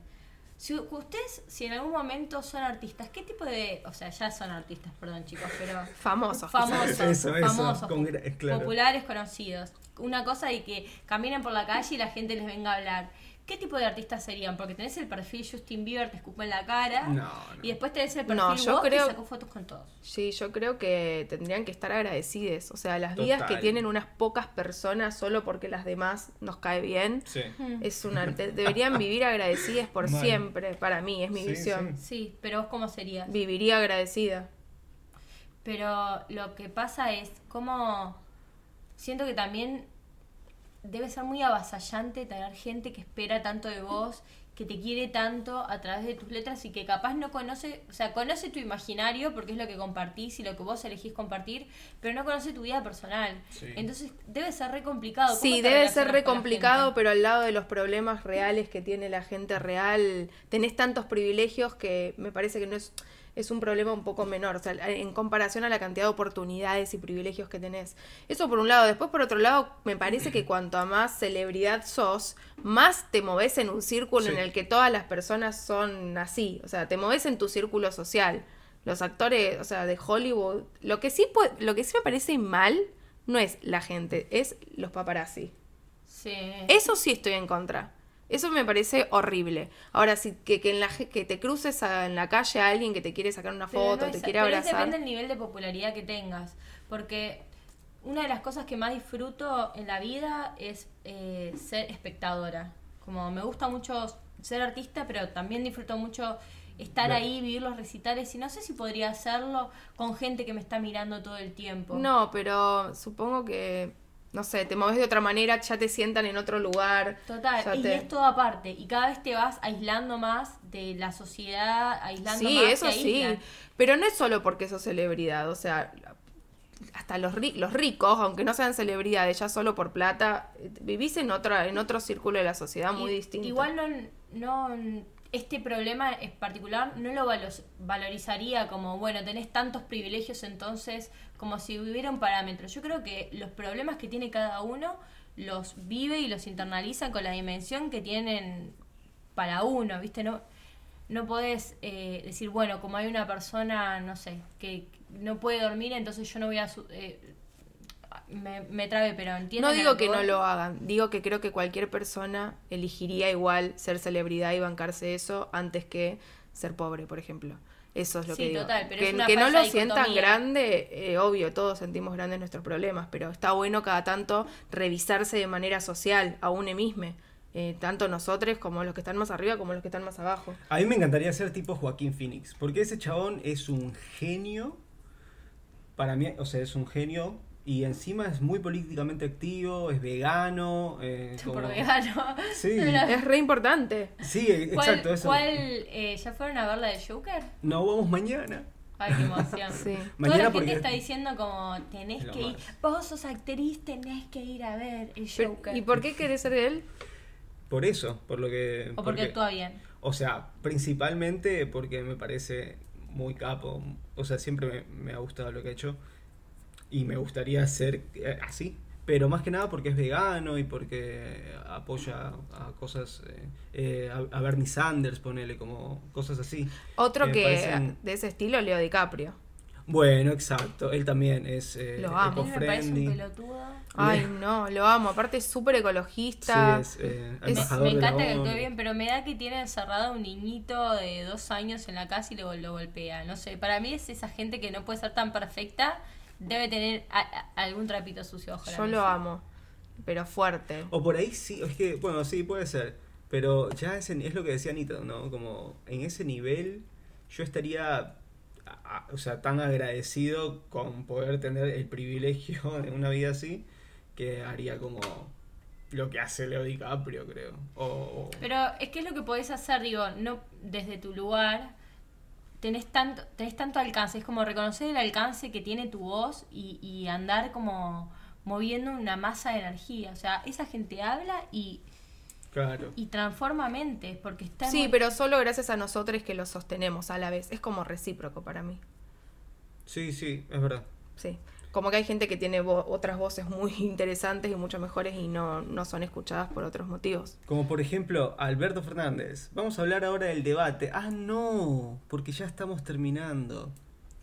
S3: Si u- ustedes, si en algún momento son artistas, ¿qué tipo de. O sea, ya son artistas, perdón, chicos, pero.
S2: Famosos.
S3: Famosos,
S1: Eso, eso,
S3: famosos,
S1: con gra- claro.
S3: populares, conocidos. Una cosa de que caminen por la calle y la gente les venga a hablar. ¿Qué tipo de artistas serían? Porque tenés el perfil Justin Bieber, te escupa en la cara.
S1: No, no.
S3: Y después tenés el perfil
S2: No, yo
S3: vos, que
S2: creo-
S3: sacó fotos con todos.
S2: Sí, yo creo que tendrían que estar agradecidos. O sea, las vidas que
S1: Total.
S2: tienen unas pocas personas solo porque las demás nos cae bien.
S1: Sí.
S3: Mm.
S2: Es una, te- deberían vivir agradecidas por
S1: Mal.
S2: siempre, para mí, es mi
S1: Sí,
S2: visión.
S3: Sí, pero vos cómo serías.
S2: Viviría agradecida.
S3: Pero lo que pasa es cómo siento que también debe ser muy avasallante tener gente que espera tanto de vos, que te quiere tanto a través de tus letras y que capaz no conoce, o sea, conoce tu imaginario porque es lo que compartís y lo que vos elegís compartir, pero no conoce tu vida personal.
S1: Sí.
S3: Entonces debe ser re complicado. ¿Cómo
S2: Sí,
S3: te
S2: debe ser
S3: relacionas
S2: re
S3: con la
S2: complicado,
S3: gente?
S2: pero al lado de los problemas reales que tiene la gente real, tenés tantos privilegios que me parece que no es, es un problema un poco menor, o sea, en comparación a la cantidad de oportunidades y privilegios que tenés. Eso por un lado. Después, por otro lado, me parece que cuanto a más celebridad sos, más te movés en un círculo
S1: Sí.
S2: en el que todas las personas son así. O sea, te movés en tu círculo social. Los actores, o sea, de Hollywood. Lo que sí, pue- lo que sí me parece mal no es la gente, es los paparazzi.
S3: Sí.
S2: Eso sí estoy en contra. Eso me parece horrible. Ahora, sí que, que en la, ge- que te cruces a- en la calle a alguien que te quiere sacar una
S3: Pero
S2: foto,
S3: no
S2: te
S3: es-
S2: quiere
S3: pero es
S2: abrazar.
S3: Depende del nivel de popularidad que tengas. Porque una de las cosas que más disfruto en la vida es eh, ser espectadora. Como me gusta mucho ser artista, pero también disfruto mucho estar
S1: Claro.
S3: ahí, vivir los recitales. Y no sé si podría hacerlo con gente que me está mirando todo el tiempo.
S2: No, pero supongo que, no sé, te moves de otra manera, ya te sientan en otro lugar.
S3: Total,
S2: ya
S3: y
S2: te-
S3: es todo aparte. Y cada vez te vas aislando más de la sociedad, aislando
S2: Sí,
S3: más. te
S2: eso sí.
S3: aíslan.
S2: Pero no es solo porque sos celebridad, o sea, hasta los, ri- los ricos, aunque no sean celebridades, ya solo por plata, eh, vivís en, otra, en otro círculo de la sociedad muy
S3: Y-
S2: distinto.
S3: Igual no, no este problema en particular no lo valo- valorizaría como, bueno, tenés tantos privilegios entonces como si hubiera un parámetro. Yo creo que los problemas que tiene cada uno los vive y los internaliza con la dimensión que tienen para uno, ¿viste? No, no podés eh, decir, bueno, como hay una persona, no sé, que no puede dormir, entonces yo no voy a... su- eh, me, me trabe, pero entiendo.
S2: No digo que no lo hagan, digo que creo que cualquier persona elegiría igual ser celebridad y bancarse eso antes que ser pobre, por ejemplo. Eso es lo
S3: Sí,
S2: que digo.
S3: total, pero
S2: que
S3: es una
S2: que no lo
S3: falsa
S2: sientan
S3: dicotomía.
S2: grande, eh, obvio, todos sentimos grandes nuestros problemas, pero está bueno cada tanto revisarse de manera social, a uno mismo, eh, tanto nosotros como los que están más arriba como los que están más abajo.
S1: A mí me encantaría ser tipo Joaquín Phoenix, porque ese chabón es un genio. Para mí, o sea, es un genio. Y encima es muy políticamente activo, es vegano. eh,
S3: Por
S1: como-
S3: vegano.
S1: Sí,
S2: Es re importante.
S1: sí, e-
S3: ¿Cuál,
S1: exacto, eso.
S3: cuál, eh, ¿Ya fueron a ver la de Joker?
S1: No, vamos mañana.
S3: Ay, qué emoción.
S2: Sí.
S3: Toda la
S1: Mañana
S3: gente
S1: porque-
S3: está diciendo como, tenés
S1: Lo
S3: que ir,
S1: más.
S3: vos sos actriz, tenés que ir a ver el
S2: Pero,
S3: Joker.
S2: ¿Y por qué querés ser él?
S1: Por eso, por lo que.
S3: o porque actúa bien.
S1: O sea, principalmente porque me parece muy capo. O sea, siempre me, me ha gustado lo que ha hecho. Y me gustaría ser eh, así. Pero más que nada porque es vegano y porque apoya a cosas. eh, eh, a, a Bernie Sanders, ponele, como cosas así.
S2: Otro
S1: Me
S2: que
S1: parecen-
S2: de ese estilo, Leo DiCaprio.
S1: Bueno, exacto. Él también es eh,
S2: Lo amo.
S3: A mí me parece un
S1: eco-friendly.
S3: pelotudo.
S2: Ay, no, lo amo. Aparte es súper
S1: Sí,
S2: ecologista.
S1: es eh,
S2: Es-
S3: Me,
S1: embajador
S3: me
S1: de la
S3: encanta que
S1: ONU.
S3: esté bien, pero me da que tiene encerrado a un niñito de dos años en la casa y lo, lo golpea. No sé, para mí es esa gente que no puede ser tan perfecta, debe tener a- a- algún trapito sucio bajo la
S2: Yo lo
S3: mesa.
S2: amo, pero fuerte.
S1: O por ahí sí, es que, bueno, sí, puede ser. Pero ya es, en- es lo que decía Anita, ¿no? Como en ese nivel yo estaría, a- a- o sea, tan agradecido con poder tener el privilegio de una vida así que haría como lo que hace Leo DiCaprio, creo. O, o-
S3: Pero es que es lo que podés hacer, digo, no desde tu lugar. Tenés tanto, tenés tanto alcance, es como reconocer el alcance que tiene tu voz y, y andar como moviendo una masa de energía. O sea, esa gente habla y,
S1: claro.
S3: y transforma mentes porque está...
S2: Sí,
S3: muy-
S2: pero solo gracias a nosotros que lo sostenemos a la vez. Es como recíproco para mí.
S1: Sí, sí, es verdad.
S2: Sí. Como que hay gente que tiene vo- otras voces muy interesantes y mucho mejores y no, no son escuchadas por otros motivos.
S1: Como por ejemplo, Alberto Fernández. Vamos a hablar ahora del debate. Ah, no, porque ya estamos terminando.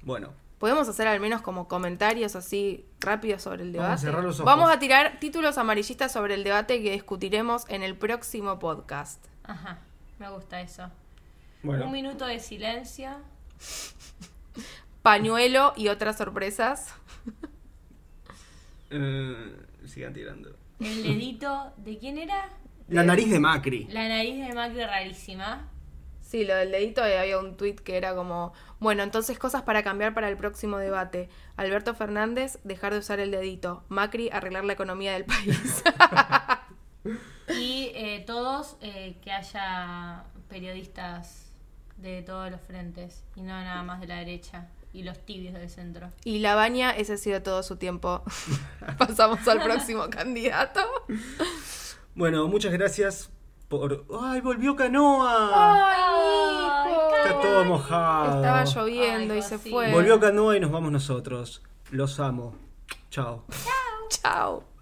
S1: Bueno,
S2: Podemos hacer al menos como comentarios así rápidos sobre el
S1: Vamos a
S2: debate.
S1: cerrar los ojos.
S2: Vamos a tirar títulos amarillistas sobre el debate que discutiremos en el próximo podcast.
S3: Ajá, me gusta eso.
S1: bueno.
S3: Un minuto de silencio.
S2: Pañuelo y otras sorpresas.
S1: Eh, sigan tirando.
S3: El dedito, ¿de quién era?
S2: Eh,
S1: La nariz de Macri.
S3: La nariz de Macri rarísima.
S2: Sí, lo del dedito eh, había un tuit que era como, bueno, entonces cosas para cambiar para el próximo debate. Alberto Fernández, dejar de usar el dedito. Macri, arreglar la economía del país.
S3: Y eh, todos eh, que haya periodistas de todos los frentes y no nada más de la derecha y los tibios del centro.
S2: y la baña, ese ha sido todo su tiempo. Pasamos al próximo candidato.
S1: Bueno, muchas gracias por. ¡Ay, volvió Canoa! Está todo mojado.
S2: Estaba lloviendo
S3: Ay,
S2: y se
S3: cosita.
S2: fue.
S1: Volvió Canoa y nos vamos nosotros. Los amo. Chao.
S2: Chao.